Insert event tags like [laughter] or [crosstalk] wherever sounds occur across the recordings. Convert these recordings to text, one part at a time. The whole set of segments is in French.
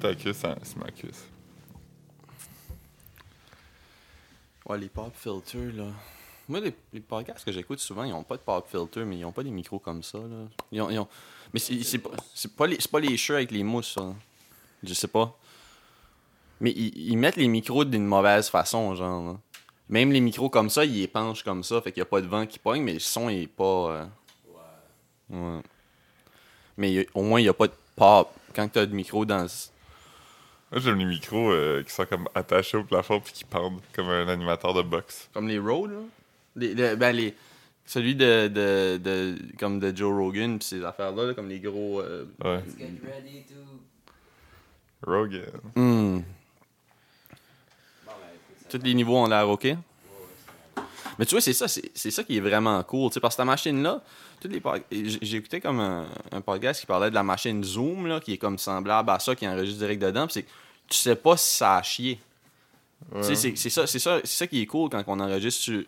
ta cuisse, hein, c'est ma cuisse. Ouais, les pop filters, là. Moi, les, les podcasts que j'écoute souvent, ils ont pas de pop filter, mais ils ont pas des micros comme ça, là. Ils ont, ils ont- Mais c'est c'est pas, c'est pas les, c'est pas les cheveux avec les mousses, ça. Je sais pas. Mais ils, ils mettent les micros d'une mauvaise façon, genre. là. Même les micros comme ça, ils les penchent comme ça, fait qu'il y a pas de vent qui pogne, mais le son il est pas. euh, Ouais. Mais il y a- au moins, il y a pas de pop. Quand t'as de micro dans. Moi, j'aime les micros euh, qui sont comme attachés au plafond puis qui pendent comme un animateur de boxe. Comme les Rhodes, là. Les- le- ben, les- celui de, de, de- comme de Joe Rogan, pis ces affaires-là, là, comme les gros. euh, Ouais. Let's get ready to. Rogan. Bon, ben, écoute, ça Tous va. les niveaux ont l'air OK. Ouais, ouais, ça va. Mais tu vois, c'est ça, c'est c'est ça qui est vraiment cool. tu sais, parce que ta machine-là, toutes les pod- j- j'écoutais comme un, un podcast qui parlait de la machine Zoom, là, qui est comme semblable à ça, qui enregistre direct dedans. pis c'est que tu sais pas si ça a chié. Tu sais, c'est- C'est ça, c'est ça, c'est ça qui est cool quand on enregistre sur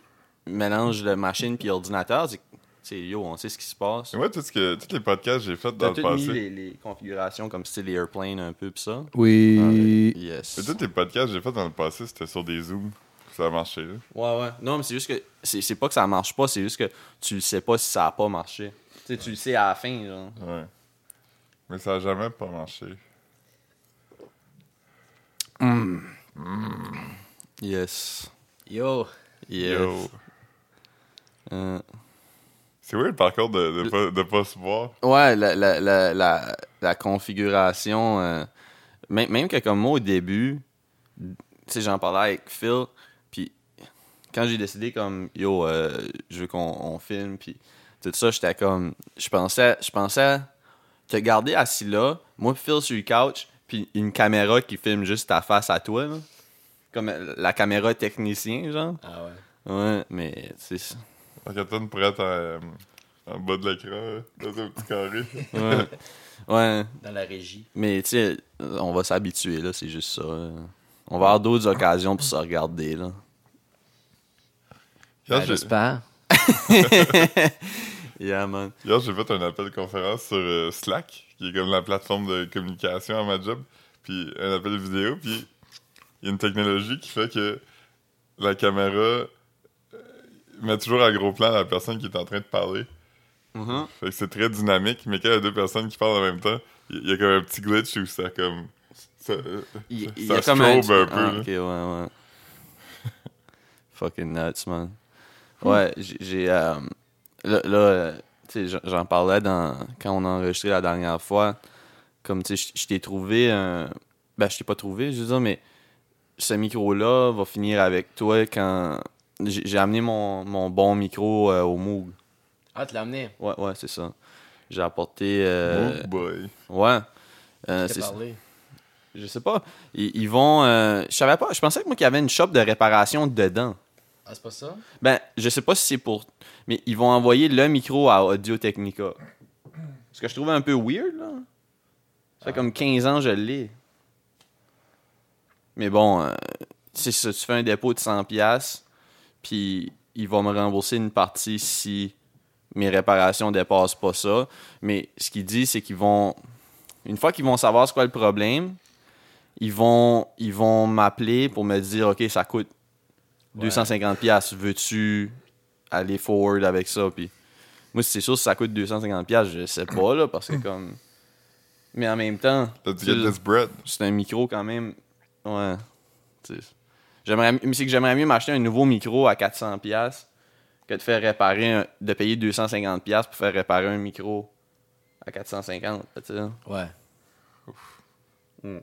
mélange de machine puis ordinateur. C'est que, tu sais, yo, on sait ce qui se passe. Et moi, tout ce que, tous les podcasts que j'ai fait dans le T'as tout mis passé. les, les configurations comme style airplane un peu pis ça. Oui. Yes. Mais tous les podcasts que j'ai fait dans le passé, c'était sur des Zooms. Ça a marché, là. Ouais, ouais. Non, mais c'est juste que. C'est c'est pas que ça marche pas, c'est juste que tu le sais pas si ça a pas marché. Tu sais, tu le sais à la fin, genre. Ouais. Mais ça a jamais pas marché. Yes. Yo! Yes. Yo. Euh, C'est weird, par contre, de, de, Le- pas, de pas se voir. ouais, la, la, la, la, la configuration. euh, même, même que, comme moi, au début, tu sais, j'en parlais avec Phil, puis quand j'ai décidé, comme, yo, euh, je veux qu'on on filme, puis tout ça, j'étais comme. Je pensais, je pensais te garder assis là, moi, pis Phil sur le couch, puis une caméra qui filme juste ta face à toi, là. Comme euh, la caméra technicien, genre. Ah ouais. Ouais, mais c'est ça. La Catane prête en, euh, en bas de l'écran, euh, dans un petit carré. Ouais. [laughs] ouais. Dans la régie. Mais tu sais, euh, on va s'habituer, là, c'est juste ça. là. On va avoir d'autres occasions pour se regarder, là. Hier, Ben, j'ai- J'espère. [laughs] Yeah, man. Hier, j'ai fait un appel conférence sur euh, Slack, qui est comme la plateforme de communication à ma job, puis un appel vidéo, puis il y a une technologie qui fait que la caméra euh, met toujours à gros plan la personne qui est en train de parler. Mhm. Fait que c'est très dynamique, mais quand il y a deux personnes qui parlent en même temps, il il y a comme un petit glitch où ça comme... Ça, euh, Il, il ça y a se comme un... strobe un peu, Ah, là. ok, ouais, ouais. [laughs] Fucking nuts, man. Ouais, j'ai- j'ai... euh, là, là, euh, tu sais, j'en- j'en parlais dans... quand on a enregistré la dernière fois. Comme, tu sais, je- je t'ai trouvé un... Ben, je t'ai pas trouvé, je veux dire, mais ce micro-là va finir avec toi quand... J'ai j'ai amené mon, mon bon micro euh, au Moog. Ah, tu l'as amené. Ouais, ouais, c'est ça. J'ai apporté. euh, Oh boy! Ouais. Euh, Je t'ai c'est- parlé. je sais pas. Ils, ils vont. euh, je savais pas. Je pensais que moi qu'il y avait une shop de réparation dedans. Ah, c'est pas ça? Ben, je sais pas si c'est pour. Mais ils vont envoyer le micro à Audio Technica. Ce que je trouvais un peu weird, là. Ça fait Ah. comme 15 ans je l'ai. Mais bon, euh, c'est ça. Tu fais un dépôt de 100$, puis ils vont me rembourser une partie si mes réparations dépassent pas ça. Mais ce qu'ils disent, c'est qu'ils vont. Une fois qu'ils vont savoir c'est quoi le problème, ils vont, ils vont m'appeler pour me dire OK, ça coûte Ouais. 250 pièces, veux-tu aller forward avec ça puis moi c'est sûr si ça coûte 250 pièces, je sais pas là parce que comme mais en même temps, Let's tu sais, get this bread! c'est un micro quand même ouais. tu sais. J'aimerais mais c'est que j'aimerais mieux m'acheter un nouveau micro à 400 pièces que de faire réparer un- de payer 250 pièces pour faire réparer un micro à 450, tu sais. Ouais. Mm.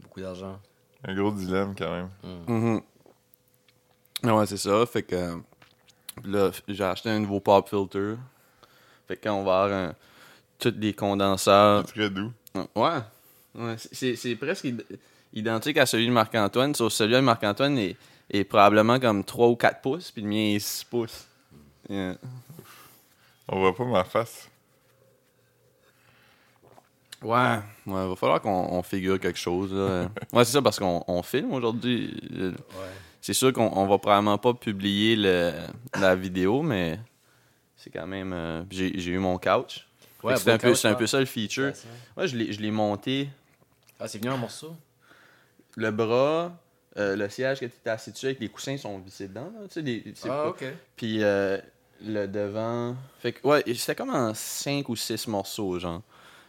Beaucoup d'argent. Un gros dilemme, quand même. Mhm. Ah Ouais, c'est ça. Fait que euh, là, f- j'ai acheté un nouveau pop filter. Fait que quand on va avoir un, tous des condenseurs. C'est très doux. Ouais. Ouais, c'est- c'est c'est presque id- identique à celui de Marc-Antoine, sauf celui de Marc-Antoine est, est probablement comme 3 ou 4 pouces, puis le mien est 6 pouces. Yeah. On voit pas ma face. Ouais. Ouais, va falloir qu'on on figure quelque chose. là. [laughs] ouais, c'est ça, parce qu'on on filme aujourd'hui. Euh, Ouais. C'est sûr qu'on on va probablement pas publier le- la vidéo, mais c'est quand même. euh, j'ai j'ai eu mon couch. Fait que Ouais, c'est un, beau peu- couch, c'est un hein. peu ça le feature. Ouais, ça. Moi, je l'ai je l'ai monté Ah, c'est venu en morceaux? Le bras, euh, le siège que tu étais assis dessus avec les coussins sont vissés dedans. là, tu sais, les- c'est Ah, pas- ok. Puis euh, le devant. Fait que, ouais, c'était comme en 5 ou 6 morceaux, genre.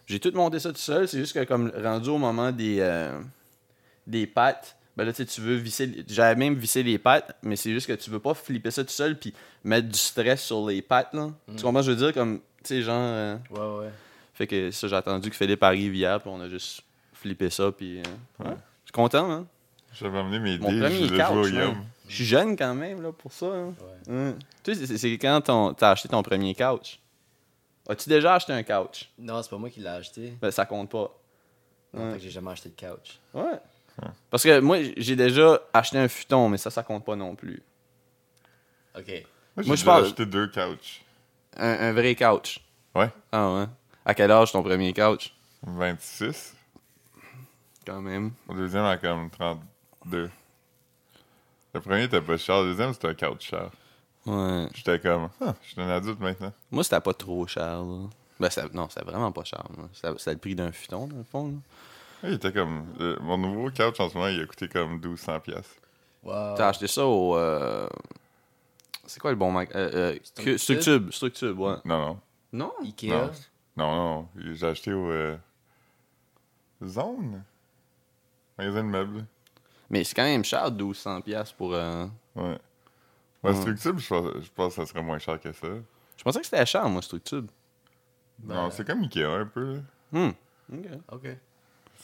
J'ai tout monté ça tout seul, c'est juste que, comme rendu au moment des, euh, des pattes, ben là, tu sais, tu veux visser. J'avais même vissé les pattes, mais c'est juste que tu veux pas flipper ça tout seul puis mettre du stress sur les pattes, là. Mm. Tu comprends ce que je veux dire? Comme, tu sais, genre. euh, Ouais, ouais. fait que ça, j'ai attendu que Philippe arrive hier, puis on a juste flippé ça, puis. euh, ouais. Je suis content, hein. J'avais amené mes Mon dés, je premier les joué au couch, game. man. Je suis jeune quand même, là, pour ça. hein. ouais. Ouais. Tu sais, c'est- c'est quand ton- t'as acheté ton premier couch. As-tu déjà acheté un couch? Non, c'est pas moi qui l'ai acheté. Ben, ça compte pas. Non, Ouais. fait que j'ai jamais acheté de couch. Ouais. Hum. Parce que moi, j'ai déjà acheté un futon, mais ça, ça compte pas non plus. Ok. Moi, Moi, je j'ai parle- acheté deux couches. Un, un vrai couch. Ouais. Ah ouais. À quel âge ton premier couch? 26. Quand même. Le deuxième à comme 32. Le premier était pas cher, le deuxième c'était un couch cher. Ouais. J'étais comme, ah, je suis un adulte maintenant. Moi, c'était pas trop cher, là. Ben, ça- non, c'était vraiment pas cher. là. C'était c'était le prix d'un futon, dans le fond. là. Ouais, Il était comme, le- mon nouveau couch en ce moment, il a coûté comme 1200$. piastres. Wow. T'as acheté ça au. euh, C'est quoi le bon mag... euh, euh, Structube? que- Structube. Structube, ouais. Non, non. Non? Ikea? Non, non, non. J'ai acheté au. euh, Zone Magasin de meubles. Mais c'est quand même cher, 1200$ piastres pour. euh, Ouais. Ouais. Ouais, Structube, je pense, je pense que ça serait moins cher que ça. Je pensais que c'était cher, moi, ce truc-tube. Ben, Non, c'est comme Ikea un peu. là. Hmm. Ok. Ok.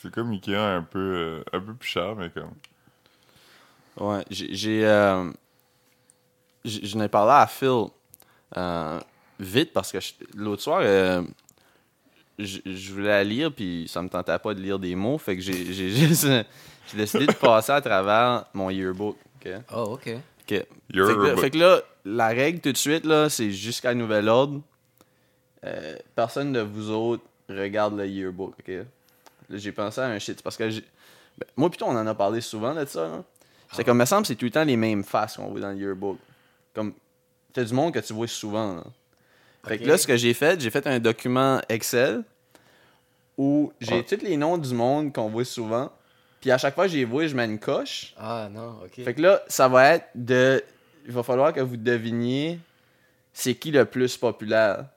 C'est comme Ikea un peu, euh, un peu plus cher, mais comme. Ouais, j'ai. j'ai, euh, j'- Je n'ai parlé à Phil euh, vite parce que je- l'autre soir, euh, je je voulais la lire, puis ça me tentait pas de lire des mots, fait que j'ai j'ai [laughs] juste. euh, J'ai décidé de passer à travers mon yearbook. ok? Oh, ok. Ok. Your fait, que là, book. fait que là, la règle tout de suite, là, c'est jusqu'à nouvel ordre. euh, personne de vous autres regarde le yearbook, ok? Là, J'ai pensé à un shit. Parce que j'ai- ben, moi, plutôt, on en a parlé souvent là, de ça. là. C'est comme, me semble, c'est tout le temps les mêmes faces qu'on voit dans le yearbook. Comme, t'as du monde que tu vois souvent. là. Fait que Ok. là, ce que j'ai fait, j'ai fait un document Excel où j'ai Ouais. tous les noms du monde qu'on voit souvent. Puis à chaque fois que je les vois, je mets une coche. Ah, non, ok. Fait que là, ça va être de. Il va falloir que vous deviniez c'est qui le plus populaire.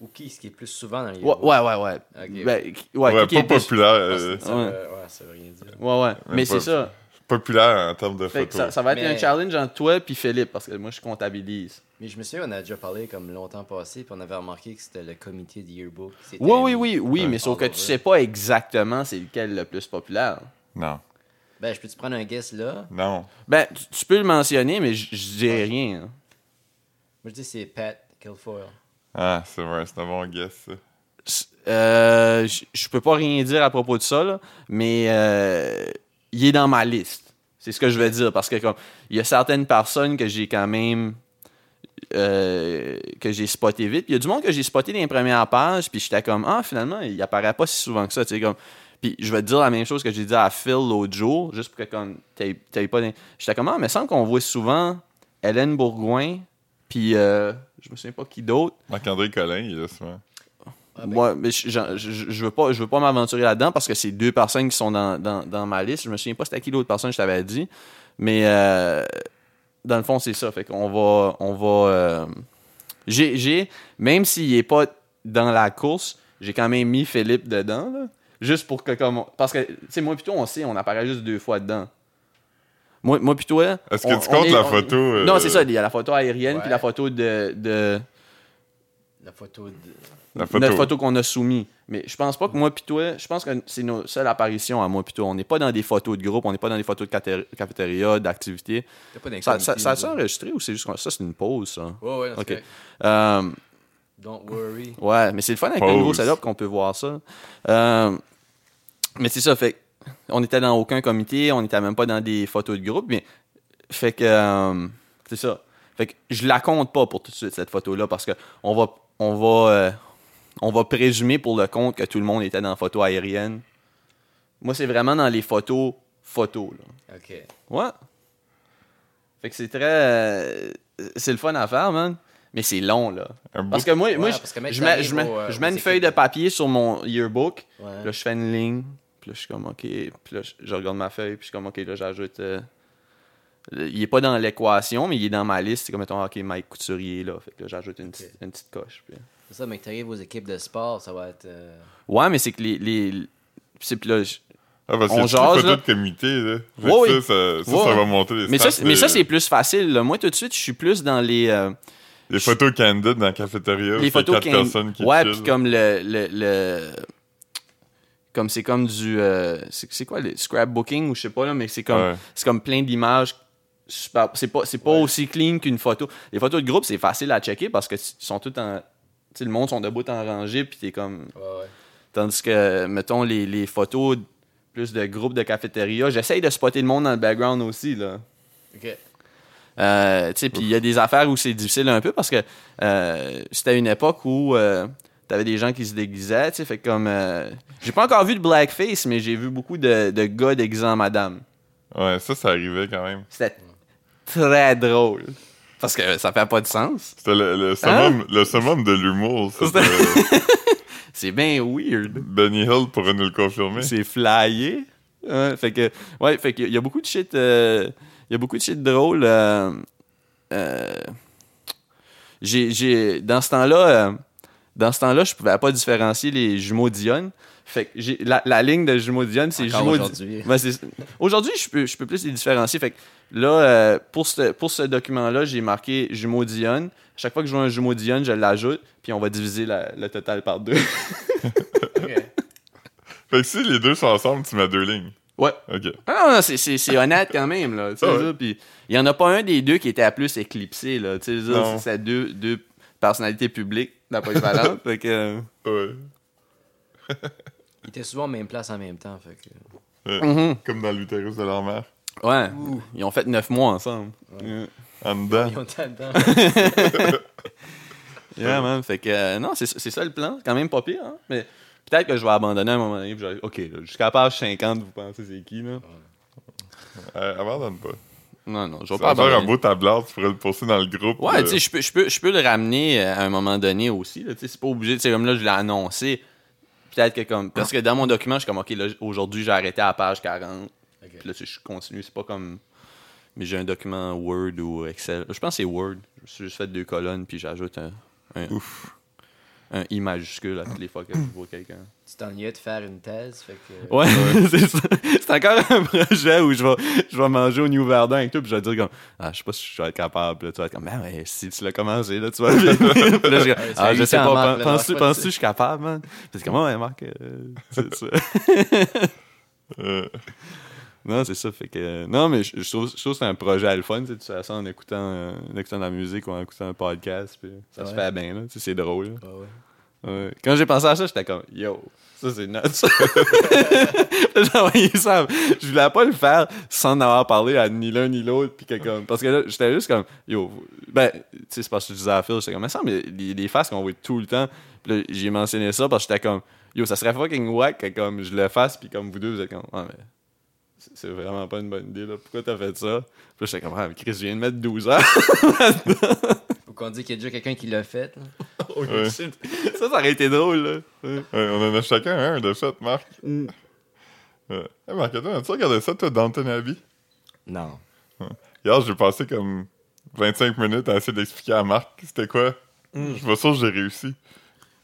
Ou qui, ce qui est plus souvent dans les. Ouais, ouais, ouais. ouais. Ok. Ben, qui- ouais, Ouais, qui- qui est pas le plus- populaire. Ah, euh, c'est- ça ouais. veut- ouais, ça veut rien dire. Ouais, ouais. Mais c'est pas- ça. populaire en termes de Fait que photos. Ben, ça, ça va être Mais- un challenge entre toi et Philippe, parce que moi, je comptabilise. Mais je me souviens, on a déjà parlé comme longtemps passé, puis on avait remarqué que c'était le comité de yearbook. qui s'était Oui, oui, mis. oui, oui, Ouais. mais sauf que tu All sais over. pas exactement c'est lequel le plus populaire. Non. Ben, je peux-tu prendre un guess là Non. Ben, tu, tu peux le mentionner, mais je je dirais rien. hein. Moi, je dis c'est Pat Kilfoyle. Ah, c'est vrai, c'est un bon guess, ça. S- euh, je je peux pas rien dire à propos de ça, là, mais euh, il est dans ma liste. C'est ce que je veux dire parce que comme il y a certaines personnes que j'ai quand même euh, que j'ai spoté vite. Puis Il y a du monde que j'ai spoté dans les premières pages, puis j'étais comme ah finalement il apparaît pas si souvent que ça. Tu sais, comme puis je vais te dire la même chose que j'ai dit à Phil l'autre jour, juste pour que comme t'aies t'aies pas. d'in- J'étais comme ah mais il semble qu'on voit souvent Hélène Bourgoin, puis euh, je me souviens pas qui d'autre. Marc-André Collin, il est là souvent. Ah, ben, Moi, mais je, j'en- je- je- je veux pas, je veux pas m'aventurer là-dedans parce que c'est deux personnes qui sont dans, dans- dans ma liste. Je me souviens pas c'était qui l'autre personne que je t'avais dit, mais euh, dans le fond c'est ça. Fait qu'on va, on va. euh, j'ai, j'ai- même s'il est pas dans la course, j'ai quand même mis Philippe dedans, là. juste pour que comme, on- parce que tu sais moi plutôt on sait, on apparaît juste deux fois dedans. Moi, moi plutôt. Est-ce que tu comptes la photo euh, Non, c'est ça. Il y a la photo aérienne puis Ouais. la photo de- de La photo de. La photo. notre photo qu'on a soumise. Mais je pense pas que moi pis toi, je pense que c'est nos seules apparitions à moi pis toi. On n'est pas dans des photos de groupe, on n'est pas dans des photos de caté- cafétéria, d'activité. T'as pas d'un Ça, comité, ça, ça là. a-tu enregistré ou c'est juste qu'on- ça, c'est une pause, ça? Ouais, ouais, non, c'est Ok. correct. Euh, Don't worry. ouais, mais c'est le fun avec le nouveau Pause. setup qu'on peut voir ça. Euh, mais c'est ça, fait que on était dans aucun comité, on n'était même pas dans des photos de groupe, mais fait que euh, c'est ça. Fait que je la compte pas pour tout de suite cette photo là parce que on va on va euh, on va présumer pour le compte que tout le monde était dans la photo aérienne. Moi c'est vraiment dans les photos photos là. Ok. Ouais. Fait que c'est très. euh, c'est le fun à faire, man. Mais c'est long, là. Un bout- Parce que moi, Ouais, moi parce je, que mec, je mets, t'arrives je mets- au, euh, Hein? je mets aux une équipes feuille de de- papier sur mon yearbook. Ouais. Là, je fais une ligne. Puis là, je suis comme, OK. Puis là, je- je regarde ma feuille, puis je suis comme, OK, là, j'ajoute. euh, le- il est pas dans l'équation, mais il est dans ma liste. C'est comme, mettons, OK, Mike Couturier, là. Fait que là, j'ajoute une, petite- une petite coche. puis- C'est ça, mais que t'arrives aux équipes de sport, ça va être. euh, Ouais, mais c'est que les. les... C'est puis là, je- Ah, parce que On c'est jase, pas là. tout comité, là. Fait que Ouais, oui. Ça, ça, ça, Ouais, ça va ouais. monter les Mais ça, stats c'est- mais ça, de- c'est plus facile. là. Moi, tout de suite, je suis plus dans les, euh, Les photos candides dans la cafétéria. les photos quatre qui. personnes qui ouais, chillent. puis comme le. le, le- Comme c'est comme du. euh, c'est c'est quoi le scrapbooking ou je sais pas, là, mais c'est comme, Ouais. c'est comme plein d'images. super- C'est pas, c'est pas aussi clean qu'une photo. Les photos de groupe, c'est facile à checker parce que ils sont toutes en. Tu sais, le monde sont debout en rangée, puis t'es comme. Ouais, ouais. Tandis que, mettons, les, les photos plus de groupes de cafétéria, j'essaye de spotter le monde dans le background aussi, là. Ok. Euh, tu sais, puis il y a des affaires où c'est difficile un peu parce que euh, c'était une époque où euh, t'avais des gens qui se déguisaient, tu sais, fait que comme... euh, j'ai pas encore vu de blackface, mais j'ai vu beaucoup de, de gars d'exemple madame. Ouais, ça, ça arrivait quand même. C'était très drôle. Parce que ça fait pas de sens. C'était le, le summum, Hein? le summum de l'humour. C'était C'est bien weird. Benny Hill pourrait nous le confirmer. C'est flyé. Ouais, fait que, ouais, fait que y a beaucoup de shit. euh, y a beaucoup de shit drôle. euh, euh, j'ai, j'ai, dans ce temps-là, euh, dans ce temps-là, je pouvais pas différencier les jumeaux Dionne. Fait que j'ai, la, la ligne de jumeaux Dionne, c'est Encore jumeaux. Di- aujourd'hui. Ouais, c'est- aujourd'hui, je peux, je peux plus les différencier. Fait que là, euh, pour ce, pour ce document-là, j'ai marqué jumeaux Dionne. Chaque fois que je vois un jumeau Dionne, je l'ajoute, puis on va diviser la- le total par deux. Ok. Fait que si les deux sont ensemble, tu mets deux lignes. Ouais. OK. Ah non, non, c'est- c'est c'est honnête quand même, là. tu sais, Ah ouais. ça, puis il y en a pas un des deux qui était à plus éclipsé, là. Tu sais, ça, Non. c'est c'est deux, deux personnalités publiques de [laughs] la polyvalente. fait que... euh, Ouais. Ils étaient souvent en même place en même temps. Fait que... mhm. Comme dans l'utérus de leur mère. Ouais. Ils ont fait neuf mois ensemble. Yeah. En Ah. dedans. Ils ont été dedans. [laughs] Yeah, man. Fait que, euh, non, c'est c'est ça le plan. C'est quand même pas pire, hein. Mais peut-être que je vais abandonner à un moment donné. puis je vais- OK, là, jusqu'à la page 50, vous pensez c'est qui, là? Euh, abandonne pas. Non, non, je vais Tu pas vas faire un abandonner. beau tablard, tu pourrais le poster dans le groupe. Ouais, euh, tu sais, je peux, je, peux, je peux le ramener euh, à un moment donné aussi. là, tu sais, C'est pas obligé, tu sais, comme là, je l'ai annoncé. Peut-être que comme. Parce que dans mon document, je suis comme, OK, là, aujourd'hui, j'ai arrêté à la page 40. Ok. Puis là, tu sais, je continue. C'est pas comme. Mais j'ai un document Word ou Excel. Je pense que c'est Word. Je me suis juste fait deux colonnes, puis j'ajoute un. un Un I majuscule à toutes les fois que je vois quelqu'un. tu t'ennuyais de faire une thèse. Fait que... Ouais, [laughs] c'est ça. C'est encore un projet où je vais, je vais manger au New Verdun et tout, puis je vais te dire comme, ah, je sais pas si je vais être capable. Puis Là, tu vas être comme, ben ouais, si tu l'as commencé, là, tu vas venir. Puis là, je, dis, Ouais, ça ah, a je eu sais tant, pas, pen- Marc, là, penses-tu la dernière fois, penses-tu que je suis capable, man? Puis c'est comme, ouais, Marc, euh, c'est ça. [laughs] euh, non, c'est ça, fait que, euh, non, mais je, je trouve, je trouve que c'est un projet à le fun, tu sais, tu fais ça en écoutant, euh, en écoutant de la musique ou en écoutant un podcast, puis ça se Ouais. fait bien, là, tu sais, c'est drôle, là. Ouais, bah ouais. Ouais. Quand j'ai pensé à ça, j'étais comme yo, ça c'est nuts. [laughs] j'ai envoyé ça. à- Je voulais pas le faire sans en avoir parlé à ni l'un ni l'autre. Puis que comme, parce que là, j'étais juste comme yo, ben, tu sais, c'est parce que je disais à Phil, j'étais comme, mais ça, mais les, les faces qu'on voit tout le temps. Puis là, j'ai mentionné ça parce que j'étais comme yo, ça serait fucking whack que comme je le fasse. Puis comme vous deux, vous êtes comme, ah, mais c'est- c'est vraiment pas une bonne idée là. Pourquoi t'as fait ça? Puis là, j'étais comme, ah, mais Chris, je viens de mettre 12 heures. Faut qu'on dise qu'il y a déjà quelqu'un qui l'a fait. là. [laughs] Oh, Ouais. shit. ça, ça aurait été drôle là. Ouais. ouais, on en a chacun un, de fait, Marc. Mm. Euh, hey, Marc, attends, as-tu regardé ça, toi, Downton Abbey? Non. Hier, j'ai passé comme 25 minutes à essayer d'expliquer à Marc c'était quoi. Mm. Je suis pas sûr que j'ai réussi.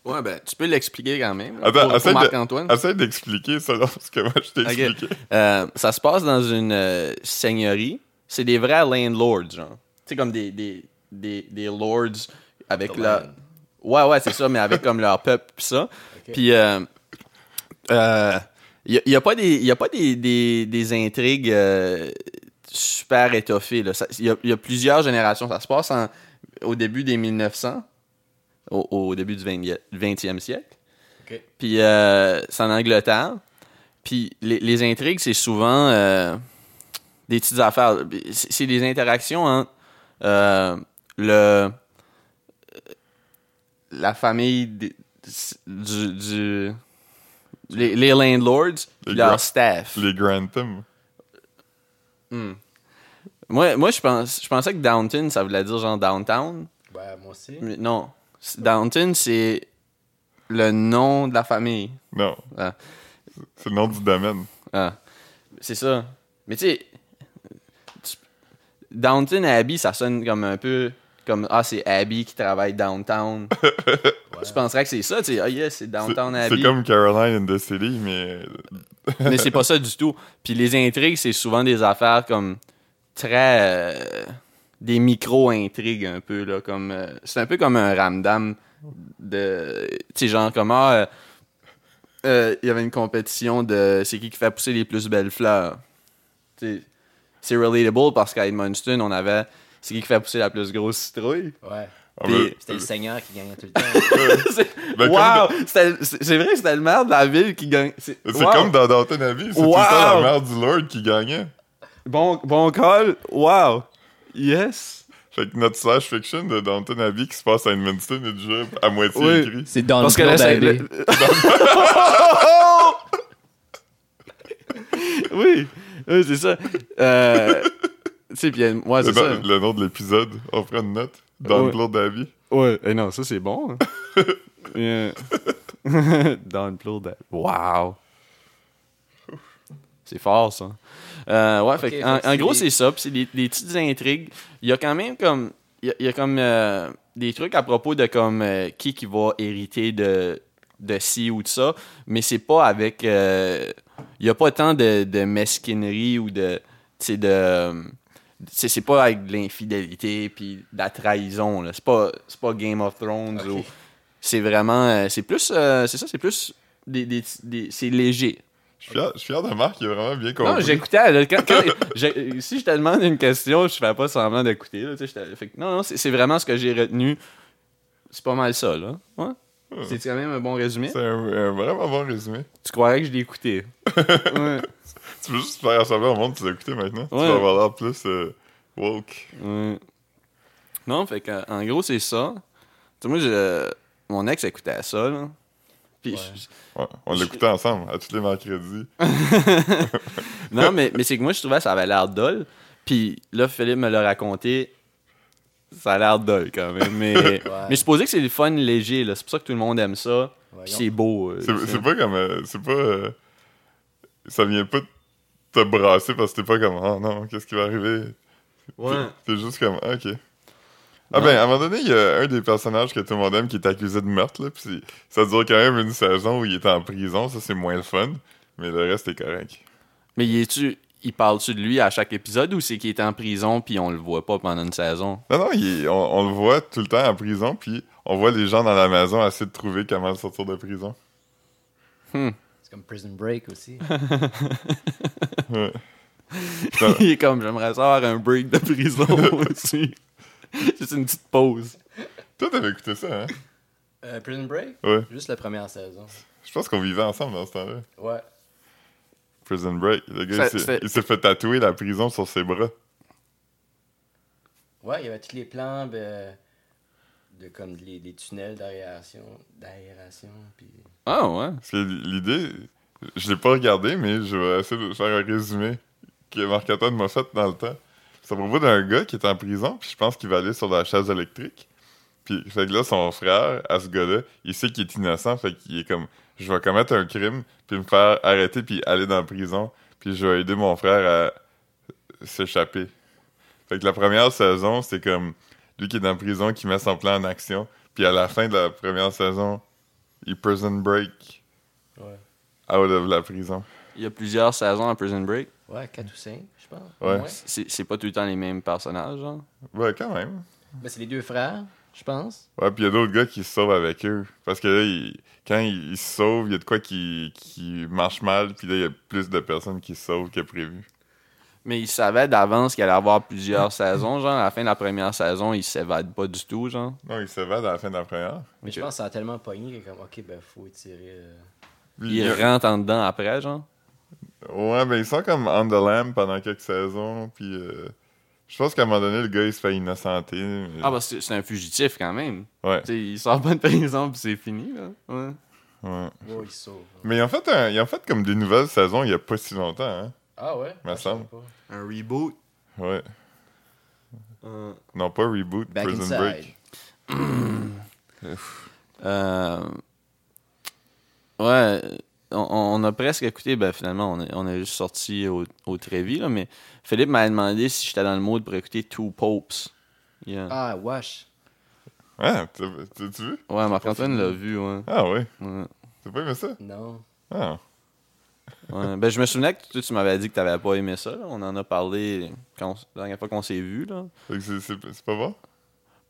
Ouais, ben, tu peux l'expliquer quand même. là, Attends, pour- pour essaie Marc-Antoine. de- essaie d'expliquer selon ce que moi ben, je t'ai Ok. expliqué. Euh, ça se passe dans une euh, seigneurie. C'est des vrais landlords, genre. Tu sais, comme des, des, des, des lords avec The leur. land. Ouais, ouais, c'est ça, mais avec comme leur peuple, pis ça. Puis, euh, euh, y a, y a pas des, y a pas des, des, des intrigues euh, super étoffées. Il y, a- y a plusieurs générations. Ça se passe en- au début des 1900, au, au début du 20e, 20e siècle Ok. puis euh, c'est en Angleterre. Puis les, les intrigues, c'est souvent euh, des petites affaires. C'est c'est des interactions entre euh, le la famille des- du, du- les, les landlords, Les puis leur grands- staff. Les Grantham. Hmm. Moi, moi je pense, je pensais que Downton, ça voulait dire genre downtown. Ouais, Bah, moi aussi. Mais non, C'est- Downton, c'est le nom de la famille. Non. Ah. C'est le nom du domaine. Ah. C'est ça. Mais tu sais, tu- Downton Abbey, ça sonne comme un peu comme Ah, c'est Abbey qui [laughs] travaille downtown. Tu penserais que c'est ça, tu sais. Ah, yes, c'est C'est Downtown c'est Abbey. comme Caroline in the City, mais Mais c'est pas ça du tout. Puis les intrigues, c'est souvent des affaires comme très. euh, des micro-intrigues un peu, là. Comme, euh, c'est un peu comme un ramdam de. Tu sais, genre, comment. euh, euh, Il y avait une compétition de c'est qui qui fait pousser les plus belles fleurs. Tu sais, c'est relatable parce qu'à Edmundston, on avait c'est qui qui fait pousser la plus grosse citrouille. Ouais. Ah, Puis- C'était le Seigneur qui gagnait [laughs] tout le temps. C'est- Ben, comme wow! C'était- C'est c'est vrai que c'était le maire de la ville qui gagne. C'est wow! comme dans Downton Abbey, c'est tout le temps la Wow! mère du Lord qui gagnait. Bon, bon call. Wow. Yes. Fait que notre slash fiction de Downton Abbey qui se passe à Edmundston est déjà à moitié Oui. écrit. C'est dans Parce que le là, c'est... Claude Abbé. le- Oh! [laughs] oui. Oui, c'est ça. Euh... Tu sais, puis elle- ouais, C'est c'est dans- ça. le nom de l'épisode, on prend une note. Dans Ouais. le Claude Abbey. Ouais, eh non, ça, c'est bon. [laughs] Bien. Dans le plot de... Wow. C'est fort, ça. Euh, ouais, fait que, fait en, que en c'est gros, des- c'est ça. Puis c'est des, des petites intrigues. Il y a quand même comme... Il y a, il y a comme euh, des trucs à propos de comme euh, qui qui va hériter de, de ci ou de ça. Mais c'est pas avec... euh, il y a pas tant de, de mesquinerie ou de... Tu sais, de c'est c'est pas avec de l'infidélité puis de la trahison là c'est pas c'est pas Game of Thrones ou Ok. c'est vraiment euh, c'est plus euh, c'est ça c'est plus des, des, des- c'est léger Je suis fier, je suis fier de Marc, il a vraiment bien non compris. j'écoutais là, quand- [laughs] quand- j'ai- si je te demande une question je fais pas semblant d'écouter là, tu sais, je te- fait que non non c'est c'est vraiment ce que j'ai retenu c'est pas mal ça là ouais. Hmm. c'est quand même un bon résumé C'est un, un vraiment bon résumé. tu croirais que je l'ai écouté ouais. Tu peux juste faire rassembler au monde, tu l'as écouté maintenant. Ouais. Tu vas avoir l'air plus euh, woke. Ouais. Non, fait que, en gros, c'est ça. Tu sais, moi, je- mon ex écoutait ça, là. Puis, je- Ouais, on l'écoutait ensemble, à tous les mercredis. Non, mais, mais c'est que moi, je trouvais que ça avait l'air dol. Puis là, Philippe me l'a raconté. Ça a l'air dol, quand même. Mais, mais je supposais que c'est le fun léger, là. C'est pour ça que tout le monde aime ça. Puis Voyons. c'est beau. euh, C'est tu sais. c'est pas comme. euh, c'est pas. euh, ça vient pas te brasser parce que t'es pas comme. Oh non, qu'est-ce qui va arriver? Ouais. T'es juste comme. Ah, ok. Ah ben, à un moment donné, il y a un des personnages que tout le monde aime qui est accusé de meurtre, là. Puis ça dure quand même une saison où il est en prison. Ça, c'est moins le fun. Mais le reste est correct. Mais il est-tu. Il parle-tu de lui à chaque épisode ou c'est qu'il est en prison puis on le voit pas pendant une saison? Non, non, il est- on, on le voit tout le temps en prison, puis on voit les gens dans la maison essayer de trouver comment sortir de prison. [laughs] C'est comme Prison Break aussi. Ouais. [laughs] il est comme, j'aimerais ça avoir un break de [laughs] prison aussi. Juste une petite pause. Toi, t'avais écouté ça, hein? Euh, Prison Break? Ouais. Juste la première saison. Je pense qu'on vivait ensemble dans ce temps-là. Ouais. Prison Break. Le gars, Ça- il c'est- s'est- il s'est fait tatouer la prison sur ses bras. Ouais, il y avait tous les plans ben, de comme les, les tunnels d'aération, d'aération puis Ah ouais. Parce que l'idée, je l'ai pas regardé, mais je vais essayer de faire un résumé que Marc-Antoine m'a fait dans le temps. C'est à propos d'un gars qui est en prison, puis je pense qu'il va aller sur la chaise électrique. Puis fait que là, son frère, à ce gars-là, il sait qu'il est innocent, fait qu'il est comme je vais commettre un crime, puis me faire arrêter, puis aller dans la prison, puis je vais aider mon frère à s'échapper. Fait que la première saison, c'est comme lui qui est dans la prison, qui met son plan en action, puis à la fin de la première saison, il prison break ouais. out of la prison. Il y a plusieurs saisons à Prison Break. Ouais, 4 ou 5, je pense. Ouais. Mais C'est c'est pas tout le temps les mêmes personnages, genre. Ouais, quand même. Ben, c'est les deux frères, je pense. Ouais, puis il y a d'autres gars qui se sauvent avec eux. Parce que là, ils- quand ils ils se sauvent, il y a de quoi qui, qui marche mal, puis là, il y a plus de personnes qui se sauvent que prévu. Mais il savait d'avance qu'il allait avoir plusieurs [laughs] saisons, genre. À la fin de la première saison, il s'évade pas du tout, genre. Non, ils s'évadent à la fin de la première. Mais je Ok. pense que ça a tellement pogné que comme OK, ben faut tirer Puis Il il y a- rentre en dedans après, genre. Ouais, ben ils sont comme on the lamb pendant quelques saisons, puis euh, je pense qu'à un moment donné, le gars, il se fait innocenter. mais- Ah, parce que c'est un fugitif quand même. Ouais, Tu sais, il sort pas de prison puis c'est fini, là. Ouais. ouais. Oh, il sauve. Mais ils ont, fait un- ils ont fait comme des nouvelles saisons il y a pas si longtemps, hein? Ah ouais? Me Ah, je savais semble. pas. Un reboot. Ouais. Non, pas Reboot, Back Prison Inside. Break. Euh... Ouais. on, on a presque écouté, ben finalement, on est, on est juste sorti au, au Trévis, là, mais Philippe m'a demandé si j'étais dans le mood pour écouter Two Popes. Yeah. Ah, wesh. Ah, t'as- t'as-tu vu? ouais, Marc-Antoine l'a vu, ouais. Ah ouais. Ouais. T'as pas aimé ça? Non. Ah. Ouais. Ben, je me souvenais que toi, tu m'avais dit que t'avais pas aimé ça. là. On en a parlé quand, la dernière fois qu'on s'est vu. Là. Fait que c'est- c'est c'est pas bon?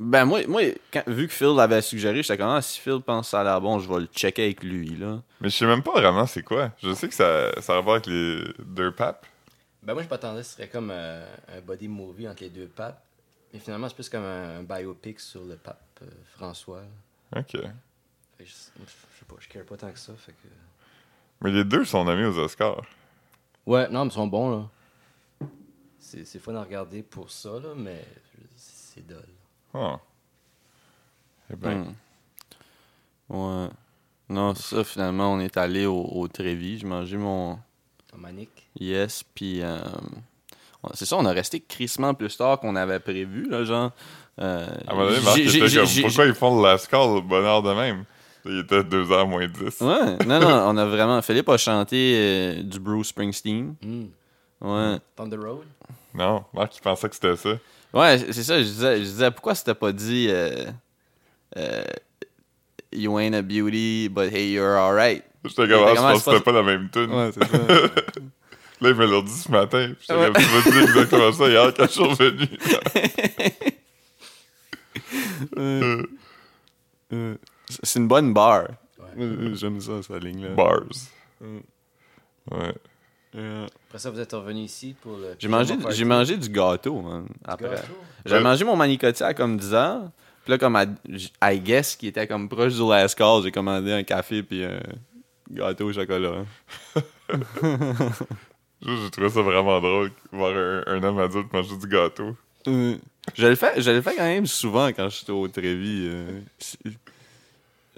Ben, moi, moi quand- vu que Phil l'avait suggéré, j'étais comme, ah, si Phil pense que ça a l'air bon, je vais le checker avec lui. Là. Mais je sais même pas vraiment c'est quoi. Je sais que ça, ça a rapport avec les deux papes. Ben moi, je m'attendais que ce serait comme euh, un body movie entre les deux papes. Mais finalement, c'est plus comme un, un biopic sur le pape euh, François. là. Ok. Fait que Je, je sais pas, je care pas tant que ça. Fait que... Mais les deux sont nommés aux Oscars. Ouais, non, mais ils sont bons, là. C'est c'est fun à regarder pour ça, là, mais je- c'est dol. Ah. Eh ben, Hmm. Ouais. Non, ça, finalement, on est allé au, au Trévis. J'ai mangé mon En manique. yes, puis. euh, on- c'est ça, on a resté crissement plus tard qu'on avait prévu, là, genre. euh, à un moment donné, Marc j'ai- j'ai- était comme, j'ai- pourquoi ils font l'Oscar au bonheur de même? Il était 2h moins 10. Ouais, non, non, on a vraiment. Philippe a chanté euh, du Bruce Springsteen. Hmm. Ouais. Thunder Road. Non, Marc, il pensait que c'était ça. Ouais, c'est ça, je disais, je disais pourquoi c'était pas dit. euh, euh, you ain't a beauty, but hey, you're alright. J'étais Mais comme, ah, je ben, comment pense je que pense- c'était [laughs] [laughs] pas la même tune. c'est ça. [laughs] Là, il me l'a dit ce matin. puis J'étais Ouais. comme, tu m'as dit exactement ça hier quand je suis revenu. [laughs] c'est une bonne barre. Ouais. J'aime ça, cette ligne-là. Bars. Mm. Ouais. Euh, Après ça, vous êtes revenu ici pour le. J'ai mangé, Pyjama j'ai Party. mangé du gâteau, man, après. Gâteau. J'ai Ouais. mangé mon manicotti à comme 10 ans. Puis là, comme à, j- I guess, qui était comme proche du last call, j'ai commandé un café puis un gâteau au chocolat. Juste, J'ai trouvé ça vraiment drôle voir un, un homme adulte manger du gâteau. Euh, je le fais, je le fais quand même souvent quand je suis au Trévis. euh, c'est-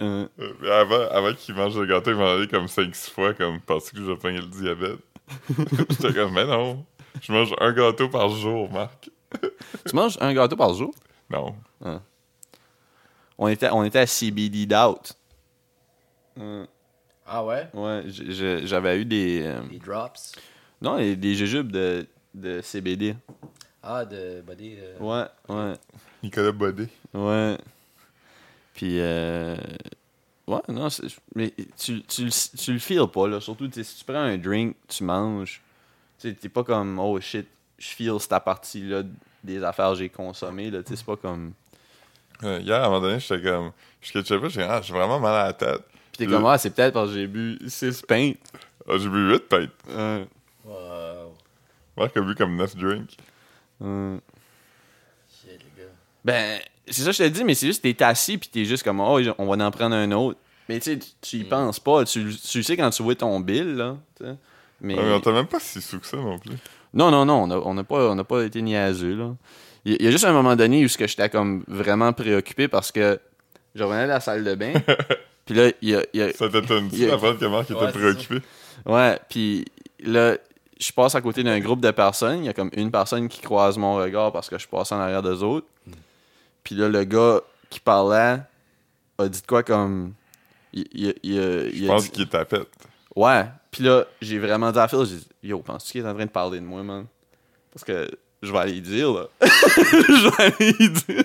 euh, Euh, mais avant avant qu'il mange le gâteau, il m'en allait comme 5-6 fois, comme parce que je vais pogner le diabète. J'étais comme, mais non, je mange un gâteau par jour, Marc. tu manges un gâteau par jour? Non. On était, on était à CBD Doubt. Euh, Ah ouais? ouais, j- je- j'avais eu des. euh, Les drops. non, des, des jujubes de, de CBD. Ah, de body. euh, Ouais, ouais, Nicolas Bodé. ouais. Puis. euh, ouais, non, c'est- mais tu, tu, le- tu le feels pas, là. Surtout, tu sais, si tu prends un drink, tu manges. Tu sais, t'es pas comme, oh shit, je feel cette partie-là des affaires que j'ai consommées, là. Tu sais, c'est pas comme. Euh, hier, à un moment donné, j'étais comme, je sais pas, j'ai ah, j'ai vraiment mal à la tête. Puis t'es comme, ah, c'est peut-être parce que j'ai bu 6 pintes. Ah, j'ai bu 8 peut-être. Ouais. Wow. Marc a bu comme 9 drinks. Ouais. Shit, les gars. Ben, c'est ça que je te dis, mais c'est juste que t'es assis puis t'es juste comme oh on va en prendre un autre. Mais tu sais, tu- tu y Mm. penses pas, tu, le- tu le sais quand tu vois ton bill là. tu sais. Mais, Ah, mais on t'a même pas si sous que ça non plus. [laughs] non non non, on a, on a pas on a pas été niaiseux là. Il y, a juste un moment donné où ce que j'étais comme vraiment préoccupé parce que je revenais de la salle [laughs] de bain. puis là il y a- il y a Ça t'étonne-tu Yeah. d'apprendre que Marc était Ouais, c'est ça. préoccupé? Ouais, puis là, je passe à côté d'un groupe de personnes. Il y a comme une personne qui croise mon regard parce que je passe en arrière d'eux autres. Mm. Puis là, le gars qui parlait a dit de quoi comme. Il, il- il- Je il a pense dit- qu'il tapette. Ouais. Puis là, j'ai vraiment dit à Phil, j'ai dit, yo, penses-tu qu'il est en train de parler de moi, man? Parce que je vais aller y dire, là. [laughs] je vais aller y dire.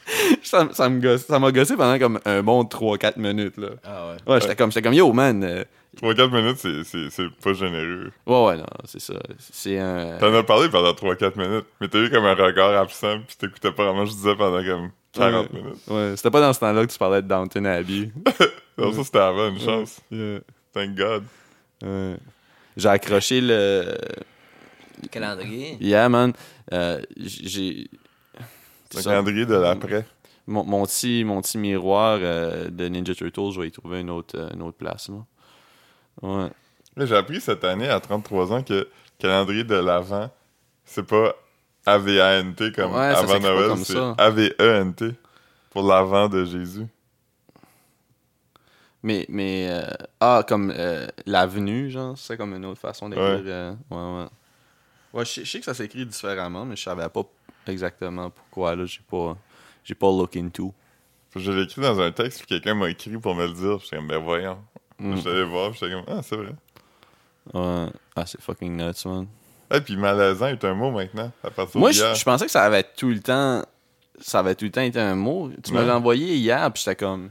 [laughs] ça, me- ça me gosse- ça m'a gossé pendant comme un bon 3-4 minutes, là. Ah ouais. Ouais, j'étais comme, j'étais comme, yo, man. euh, 3-4 minutes, c'est- c'est c'est pas généreux. Ouais, ouais, non, c'est ça. C'est un. T'en as parlé pendant 3-4 minutes, mais t'as eu comme un regard absent, pis t'écoutais pas vraiment, je disais pendant comme 40 Ouais. minutes. Ouais, c'était pas dans ce temps-là que tu parlais de Downton Abbey. Non, ça c'était avant, une chance. yeah. Thank God. Ouais. J'ai accroché le. Le calendrier. Yeah, man. Euh, j'ai. C'est Le ça. calendrier de l'après. Mon, mon petit, mon petit miroir euh, de Ninja Turtles, je vais y trouver une autre, euh, une autre place. Là. Ouais. Là, j'ai appris cette année, à 33 ans, que le calendrier de l'avant, c'est pas A-V-A-N-T comme Ouais, ça avant s'écrit pas Noël, comme c'est ça. A-V-E-N-T pour l'avant de Jésus. Mais. mais euh, ah, comme euh, l'avenue, genre, c'est comme une autre façon d'écrire. Ouais. euh, ouais, ouais. Ouais, je sais- je sais que ça s'écrit différemment, mais je savais pas exactement pourquoi. là J'ai pas, j'ai pas look into. Puis Je l'ai écrit dans un texte, puis quelqu'un m'a écrit pour me le dire. J'étais comme, ben voyons. Mm. J'étais allé voir, puis j'étais comme, ah, c'est vrai. Ouais. Ah, c'est fucking nuts, man. Et Ah, puis malaisant est un mot maintenant, à partir Moi, de je hier. je pensais que ça avait tout le temps. Ça avait tout le temps été un mot. Tu me Non. l'as envoyé hier, puis j'étais comme.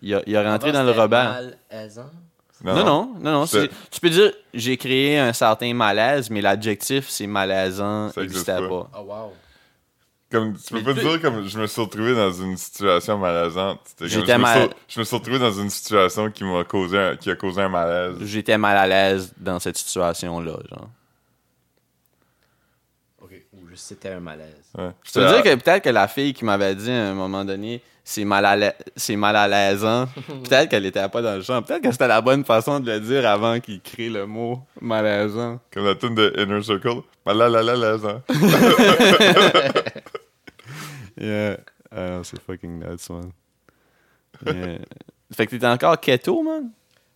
Il a, il a rentré Avant, dans le c'était rebord. malaisant. Non, non, non, non. C'est- c'est- Tu peux dire, j'ai créé un certain malaise, mais l'adjectif, c'est malaisant, Ça existe n'existait pas. pas. Oh, wow. Comme, tu peux Mais pas tu- dire comme je me suis retrouvé dans une situation malaisante. C'était comme, J'étais je, me mal- suis- je me suis retrouvé dans une situation qui m'a causé un, qui a causé un malaise. J'étais mal à l'aise dans cette situation-là, genre. Ok, ou juste c'était un malaise. Ouais. Ça veut dire que peut-être que la fille qui m'avait dit à un moment donné, c'est mal à la- c'est mal à l'aisant, peut-être qu'elle était pas dans le champ, peut-être que c'était la bonne façon de le dire avant qu'il crée le mot malaisant. Comme la tune de Inner Circle. Bah, Malaisant. Yeah. Ah non, c'est fucking nuts, man. Euh, fait que t'étais encore keto, man?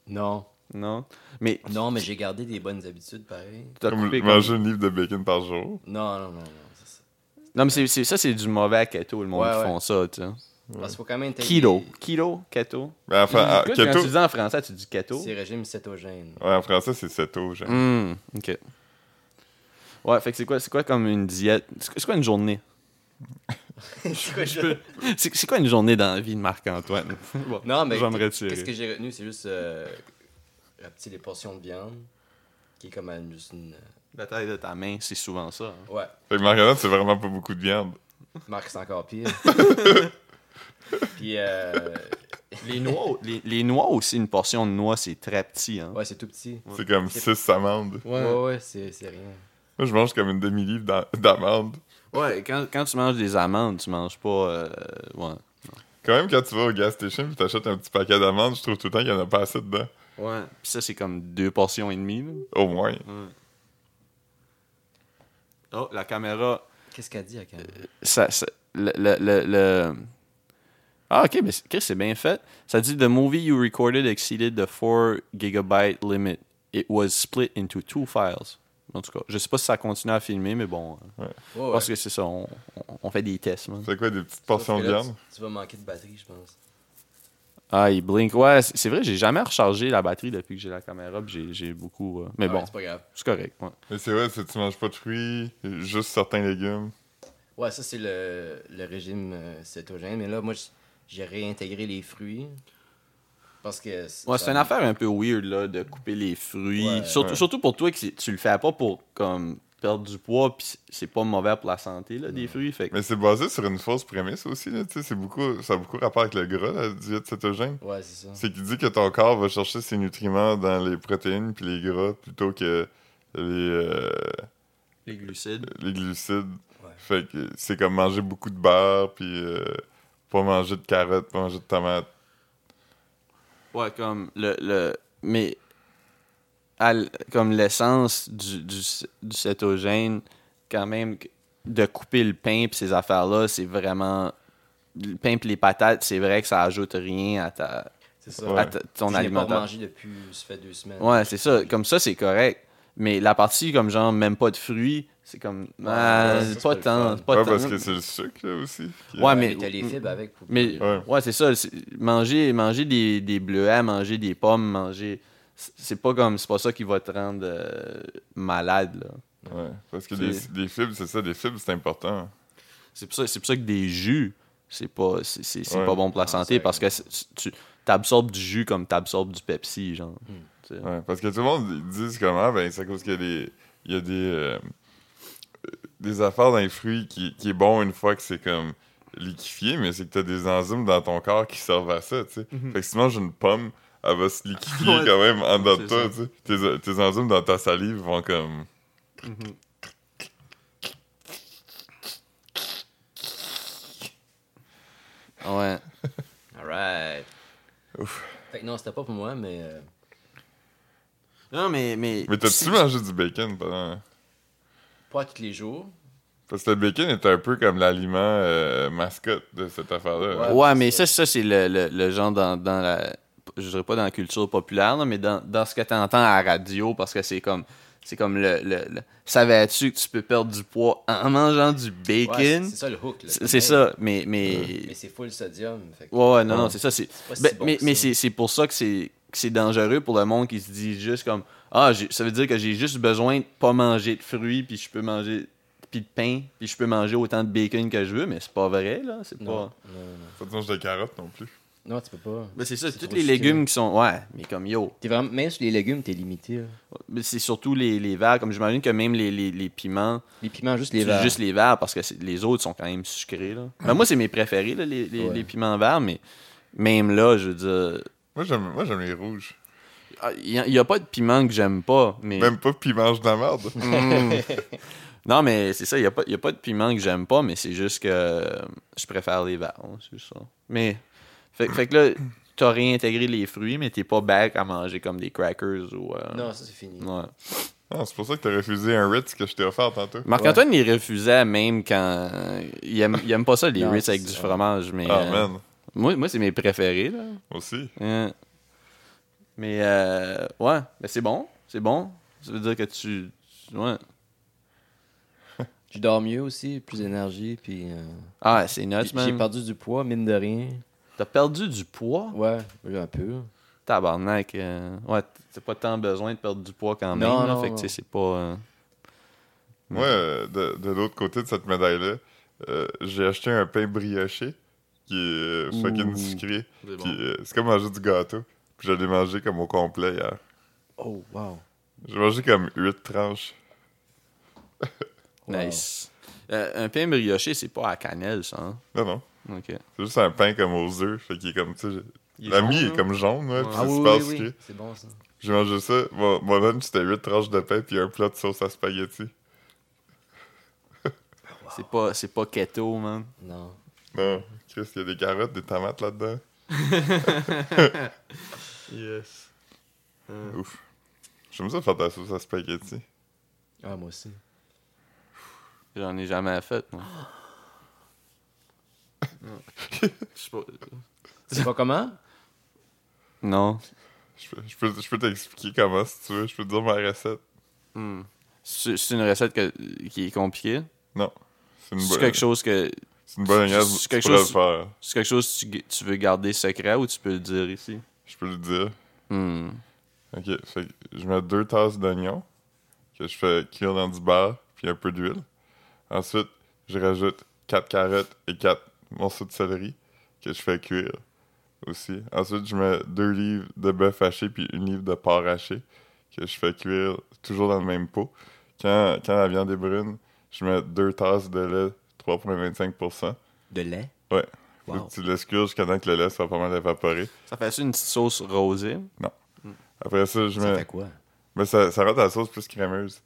Non. Non? Mais Non, mais j'ai gardé des bonnes habitudes, pareil. t'as Comme coupé comme- manger un livre de bacon par jour. Non, non, non, non. c'est ça. Non, mais c'est- c'est- ça, c'est du mauvais keto, le monde Ouais, qui ouais. font ça, tu sais. Parce qu'il faut quand même intégrer Keto. Keto, keto. Mais enfin, Tu dis ah, quoi, keto- Quand tu dis en français, tu dis keto. ces régimes cétogènes. [laughs] Ouais, en français, c'est seto, genre. Hmm, ok. Ouais, fait que c'est quoi, c'est quoi comme une diète? C'est c'est quoi une journée? [laughs] C'est quoi, je- C'est c'est quoi une journée dans la vie de Marc-Antoine? [laughs] Bon. Non, mais J'aimerais qu'est- tirer. qu'est-ce que j'ai retenu, c'est juste euh, la petite les portions de viande, qui est comme à une- juste une... euh, La taille de ta main, c'est souvent ça. hein. Ouais, Fait que Marc-Antoine, c'est vraiment pas beaucoup de viande. Marc, c'est encore pire. Puis, euh, Les noix, au- les, les noix aussi, une portion de noix, c'est très petit. Hein. ouais, c'est tout petit. C'est comme C'est- 6 amandes. Ouais, ouais, c'est c'est rien. Moi, je mange comme une demi-livre d'a- d'amandes. Ouais, quand, quand tu manges des amandes, tu manges pas. euh, ouais. Quand même, quand tu vas au gas station et t'achètes un petit paquet d'amandes, je trouve tout le temps qu'il y en a pas assez dedans. Ouais. Puis ça, c'est comme deux portions et demie. là. Au moins. Mm. Oh, la caméra. Qu'est-ce qu'elle dit, la caméra? ça, ça- le, le- le- le- Ah, ok, mais c'est- Chris, c'est bien fait. Ça dit The movie you recorded exceeded the 4 gigabyte limit. It was split into two files. En tout cas, je sais pas si ça continue à filmer, mais bon. Ouais, Je ouais. pense que c'est ça. On, on- on fait des tests, man. C'est quoi, des petites Sauf que portions de là, tu- viande? Tu vas manquer de batterie, je pense. Ah, il blink. Ouais, c'est c'est vrai, j'ai jamais rechargé la batterie depuis que j'ai la caméra. puis J'ai j'ai beaucoup. euh, Mais Ah ouais, bon, C'est pas grave. c'est correct. ouais. Mais c'est vrai, si tu manges pas de fruits, juste certains légumes. Ouais, ça, c'est le, le régime euh, cétogène. Mais là, moi, j- j'ai réintégré les fruits. Parce que. c- Ouais, ça- c'est une affaire un peu weird là, de couper les fruits. Ouais. surtout, Ouais. surtout pour toi que c'est- tu le fais pas pour comme perdre du poids puis c'est- c'est pas mauvais pour la santé là, des fruits. Fait que- Mais c'est basé sur une fausse prémisse aussi, là. Tu sais, c'est beaucoup, ça a beaucoup rapport avec le gras, la diète cétogène. Ouais, c'est ça. C'est qu'il dit que ton corps va chercher ses nutriments dans les protéines puis les gras plutôt que les, euh, les glucides. les glucides. Ouais. Fait que c'est comme manger beaucoup de beurre puis euh, pas manger de carottes, pas manger de tomates. Ouais, comme le, le mais à l- comme l'essence du, du, du cétogène quand même que- de couper le pain puis ces affaires là, c'est vraiment le pain puis les patates, c'est vrai que ça ajoute rien à ta, C'est ça. Ouais. à ta- ton Je n'ai pas alimentation. mangé depuis, ça fait deux semaines. Ouais, c'est ça. Comme ça, c'est correct. Mais la partie, comme genre, même pas de fruits, c'est comme. Ah, ouais, ça, c'est pas pas le tant. fun. Pas ouais, tant. parce que c'est le sucre, là, aussi. qui- Ouais, mais- mm, mais. T'as les fibres avec. pour- Mais Ouais. ouais, c'est ça. c'est- Manger, manger des, des bleuets, manger des pommes, manger. c'est- C'est pas comme. C'est pas ça qui va te rendre euh, malade, là. Ouais, parce que C'est- des, des fibres, c'est ça, des fibres, c'est important. C'est pour, ça- c'est pour ça que des jus, c'est pas, c'est, c'est- c'est Ouais. pas bon pour la Ah, santé c'est- parce que c'est- tu t'absorbes du jus comme t'absorbes du Pepsi, genre. Hmm. Tu sais. Ouais, parce que tout le monde ils disent comment, ben, c'est à cause qu'il y a des, il y a des, euh, euh, des affaires dans les fruits qui, qui est bon une fois que c'est comme liquéfié, mais c'est que t'as des enzymes dans ton corps qui servent à ça, tu sais. Fait que si tu manges une pomme, elle va se liquéfier Mhm. quand [laughs] Ouais, même en dedans de c'est toi, tu sais. Tes, tes enzymes dans ta salive vont comme... Ouais. Alright. Ouf. Fait que non, c'était pas pour moi, mais. euh, Non, mais. Mais, Mais t'as-tu mangé du bacon pendant... pas tous les jours. Parce que le bacon est un peu comme l'aliment euh, mascotte de cette affaire-là. Ouais. hein. Ouais, mais c'est ça, ça c'est le, le- le genre dans, dans la. Je dirais pas dans la culture populaire, là, mais dans, dans ce que tu entends à la radio, parce que c'est comme. C'est comme le. le, le- Savais-tu que tu peux perdre du poids en mangeant du Ouais, bacon? c'est- c'est ça le hook. là. c'est c'est ça, mais. mais... Mais c'est full sodium. Fait que Ouais, ouais, non, Ouais. non, c'est ça. C'est... c'est pas si Ben, bon mais que mais ça. c'est, c'est pour ça que c'est. que c'est dangereux pour le monde qui se dit juste comme Ah, j'ai- ça veut dire que j'ai juste besoin de pas manger de fruits, puis je peux manger puis de pain, puis je peux manger autant de bacon que je veux, mais c'est pas vrai, là. C'est Non, pas. non, non. Pas de mange de carottes non plus. Non, tu peux pas. Ben, c'est ça, C'est tous trop les sucré. légumes qui sont. Ouais, mais comme yo. T'es vraiment... Même sur les légumes, t'es limité. là. Mais C'est surtout les, les verts, comme j'imagine que même les, les, les piments, Les piments, juste c'est les verts. juste les verts parce que c'est- les autres sont quand même sucrés. Là. Ben, moi, c'est mes préférés, là, les, les, Ouais. les piments verts, mais même là, je veux dire, Moi, j'aime moi, j'aime les rouges. ah, il n'y a, pas de piment que j'aime pas. Mais... Ben, Même pas puis mange de la merde. [laughs] Non, mais c'est ça, il n'y a, pas- y a pas de piment que j'aime pas, mais c'est juste que euh, je préfère les verts, hein, c'est ça. Mais, fait, fait que là, t'as réintégré les fruits, mais t'es pas back à manger comme des crackers ou... euh, Non, ça, c'est fini. ouais. Non, Ah, c'est pour ça que t'as refusé un Ritz que je t'ai offert tantôt. Marc-Antoine, il refusait même quand... Il aime, il aime pas ça, les Non, Ritz avec c'est du ça. fromage, mais... Ah, euh, man. Moi, moi c'est mes préférés, là. Aussi. Hein. Mais, euh, ouais, mais c'est bon, c'est bon. Ça veut dire que tu... tu- Ouais. Je dors mieux aussi, plus d'énergie, puis... euh, Ah, c'est nuts, j'ai man. perdu du poids, mine de rien. T'as perdu du poids? Ouais, un peu. Tabarnak. euh, ouais, t- t'as pas tant besoin de perdre du poids quand même. Non, là, non, fait que non. tu sais, c'est pas. euh, Moi, euh, de, de l'autre côté de cette médaille-là, euh, j'ai acheté un pain brioché qui est euh, fucking Ouh. sucré. C'est Puis euh, c'est comme manger du gâteau. Puis je l'ai mangé comme au complet hier. Oh, wow. J'ai mangé comme 8 tranches. Wow. Nice. Euh, un pain brioché, c'est pas à cannelle, ça. hein? Non, non. Ok. C'est juste un pain comme aux œufs. Fait qu'il est comme, tu sais, la mie est comme jaune, ouais. Ouais. puis Ah c'est oui, super oui, oui. sucré. C'est bon, ça. J'ai mangé ça. Mon, mon lunch, c'était 8 tranches de pain puis un plat de sauce à spaghetti. C'est pas, c'est pas keto, man. Non. Non, Chris, il y a des carottes, des tomates là-dedans. Yes. Ouf. J'aime ça faire de la sauce à spaghetti. [laughs] Ah, moi aussi. J'en ai jamais fait, moi. Non. [laughs] Je sais pas. C'est pas comment? Non. Je peux, je peux, je peux t'expliquer comment, si tu veux. Je peux te dire ma recette. Hmm. C'est c'est une recette que- qui est compliquée. Non. C'est une, C'est bonne quelque chose que c'est une bolognaise. c'est Tu quelque peux chose- le faire. c'est quelque chose que tu, tu veux garder secret ou tu peux le dire ici. Je peux le dire. Hmm. Ok, fait que je mets deux tasses d'oignons que je fais cuire dans du beurre puis un peu d'huile. Ensuite, je rajoute quatre carottes et quatre morceaux de céleri que je fais cuire aussi. Ensuite, je mets deux livres de bœuf haché puis une livre de porc haché que je fais cuire toujours dans le même pot. Quand, quand la viande est brune, je mets deux tasses de lait 3,25%. De lait? Ouais. Wow. Tu l'escurges jusqu'à temps que le lait soit pas mal évaporé. Ça fait une petite sauce rosée. Après ça, je Ça mets... fait quoi? Mais ça, ça rend ta sauce plus crémeuse.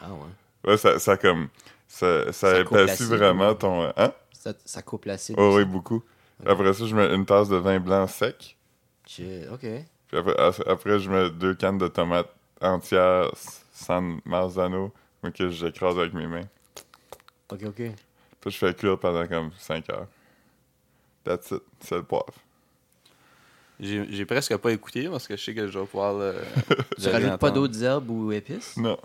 Ah, ouais. Ouais, ça, ça comme. Ça, ça, Ça coupe épaissit l'acide, vraiment ouais. ton. Hein? Ça, ça coupe l'acide. Oh, oui, beaucoup. Après ça, je mets une tasse de vin blanc sec. Shit, OK. Puis après, as- après, je mets deux cannes de tomates entières s- sans marzano, mais que j'écrase avec mes mains. OK, OK. Puis je fais cuire pendant comme 5 heures. That's it. C'est le poivre. J'ai j'ai presque pas écouté parce que je sais que je vais pouvoir le. Tu rajoutes pas d'autres herbes ou épices? Non.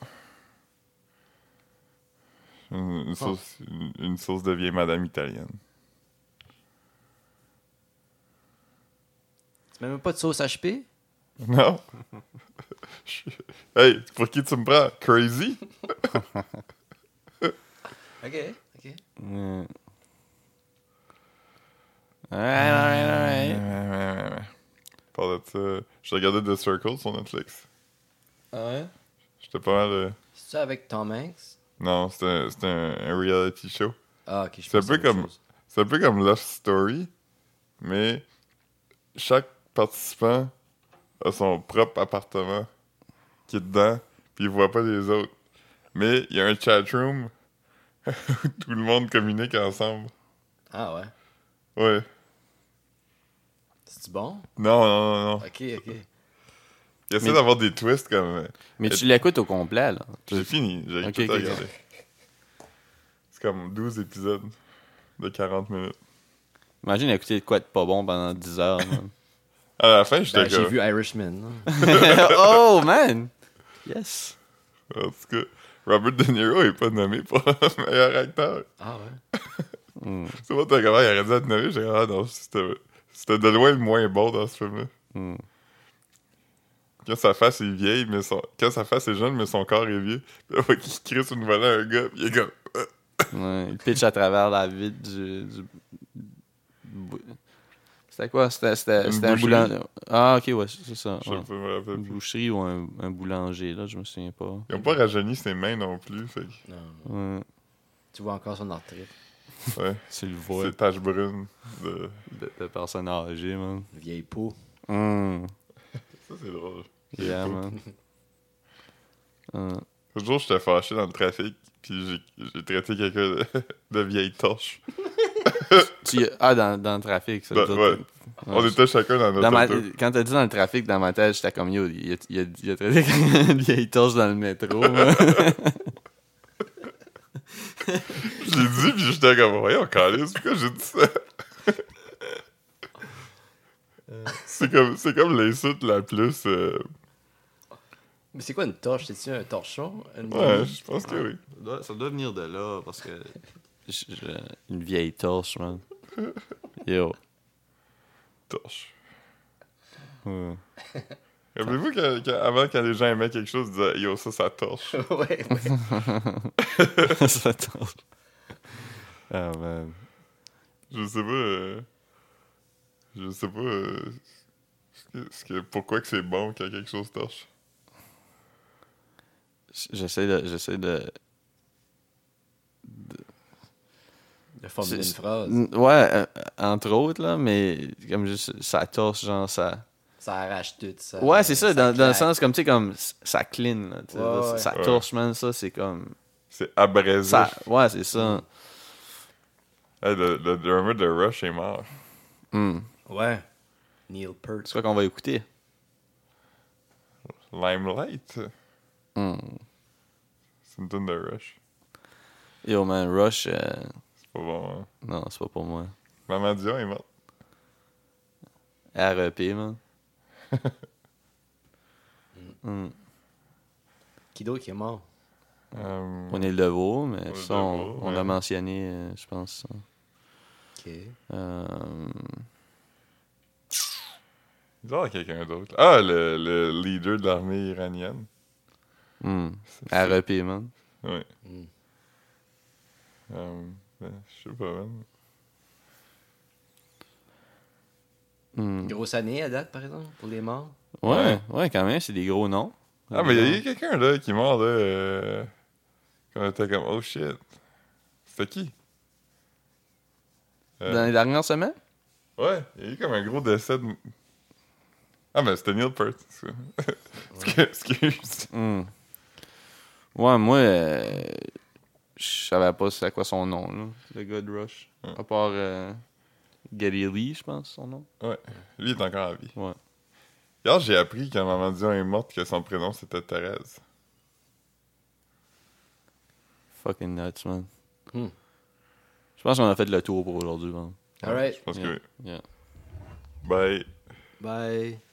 Une, Ah. une sauce, une, une sauce de vieille madame italienne. Tu mets même pas de sauce HP? Non? [laughs] Je- hey, pour qui tu me prends? Crazy? OK, OK. Ouais. Alright, alright, alright. Ouais, ouais, ouais, ouais. Parle de ça. Je regardais The Circle sur Netflix. J'étais pas mal. euh, Ah, C'est ça avec Tom Hanks? Non, c'était un, c'était un, un reality show. Ah, OK, je C'est un pensais à peu autre comme. chose. C'est un peu comme Love Story, mais chaque participant a son propre appartement qui est dedans, puis il voit pas les autres. Mais il y a un chatroom [laughs] où tout le monde communique ensemble. Ah, ouais. Ouais. C'est-tu bon? Non, non, non, non. OK, OK. Il essaie Mais- d'avoir des twists comme. euh, Mais tu l'écoutes au complet, là. J'ai fini, j'ai Ok, tout ok, regardé. C'est comme 12 épisodes de 40 minutes. Imagine écouter de quoi de pas bon pendant 10 heures, man. [laughs] À la fin, j'étais Ben, comme... J'ai vu Irishman. là. oh, man! Yes! En tout cas, Robert De Niro est pas nommé pour [laughs] meilleur acteur. Ah, ouais. C'est Hmm. moi, t'as comment il aurait dû être nommé. J'ai dit, ah non, c'était c'était de loin le moins bon dans ce film-là. Quand sa face est vieille, mais son... quand sa face est jeune, mais son corps est vieux, [laughs] pis là, il crie sur une volée à un gars, pis il est comme. euh, Ouais, il pitch à travers la vide du. du... bou- C'était quoi C'était c'était- Une c'était un boucherie. boulanger. Ah, ok, ouais, c'est ça. Je sais ouais. pas, je me rappelle Une plus. boucherie ou un, un boulanger, là, je me souviens pas. Ils ont pas rajeuni ses mains non plus, fait que, Non, non. Ouais, Tu vois encore son arthrite. ouais. [laughs] tu le Ces vois. taches brunes. De... De, de personnes âgées, man. Vieille peau. Hum, Ça, Hmm. c'est drôle. Yeah, Cool. man. Hein. L'autre jour, j'étais fâché dans le trafic, puis j'ai- j'ai traité quelqu'un de, [laughs] de vieille torche. Tu y- Ah, dans, dans le trafic, ça. veut Dans- dire- Ben, ouais. On Ouais. était chacun dans notre Dans ma- auto. Quand t'as dit dans le trafic, dans ma tête, j'étais comme yo, il y a, il y a, il y a [laughs] traité quelqu'un de vieille torche dans le métro. man. Je l'ai dit, puis j'étais comme, voyons, calice, pourquoi j'ai dit ça? c'est comme, c'est comme l'insulte la plus. euh, Mais c'est quoi une torche? C'est-tu un torchon? Une- Ouais, je pense que oui. Ça doit, ça doit venir de là, parce que. Je- je- une vieille torche, man. [laughs] Yo. Torche. Ouais. Rappelez-vous qu'avant, quand les gens aimaient quelque chose, ils disaient, yo, ça, ça torche. [laughs] ouais, ouais. Ça torche. Ah, man. Je sais pas. euh, Je sais pas. euh, ce que- ce que- pourquoi que c'est bon quand quelque chose torche? J'essaie de. J'essaie de. De formuler C'est- une phrase. Ouais, euh, entre autres, là, mais comme juste. Ça torche, genre, ça. Ça arrache tout ça. Ouais, c'est ça, dans, dans le claque. sens comme, tu sais, comme. Ça clean, là. tu sais, Ouais, là, ouais. Ça Ouais. torche, man, ça, c'est comme. C'est abrasif. Ça, ouais, c'est ça. Hey, le, le drummer de Rush est mort. Hmm. Ouais. Neil Peart. C'est quoi qu'on va écouter? Limelight. Hmm. C'est une tune de Rush. Yo, man, Rush. euh, C'est pas bon. hein. Non, c'est pas pour moi. Maman Dion est morte. R.E.P., E man. Hmm. Qui d'autre qui est mort? Euh, On est le beau, mais On est ça, on, Leveau, on ouais. l'a mentionné, euh, je pense. ça. Ok. Euh, Il doit y avoir quelqu'un d'autre. Ah, le, le leader de l'armée iranienne. hmm. C'est- c'est- R.E.P., man. Ouais. Mm. Euh, ben, je sais pas, man. Hmm. Grosse année à date, par exemple, pour les morts. Ouais, ouais, quand même, c'est des gros noms. Ah, mais il y a eu quelqu'un là qui est mort là. euh, Qu'on était comme, oh shit. C'était qui? Euh, Dans les dernières semaines? Ouais, il y a eu comme un gros décès de. Ah, mais c'était Neil Peart. [laughs] c'est ça. Excuse. Hmm. Ouais, moi, euh, je savais pas c'est à quoi son nom, là. Le gars de Rush. Ouais. À part euh, Gary Lee, je pense, son nom. Lui, il est encore en vie. Ouais. Hier, j'ai appris quand Maman Dion est morte que son prénom c'était Thérèse. Fucking nuts, man. Hmm. Je pense qu'on a fait le tour pour aujourd'hui, man. Ah Ouais, Alright. Je pense Yeah. que oui. Yeah. Bye. Bye.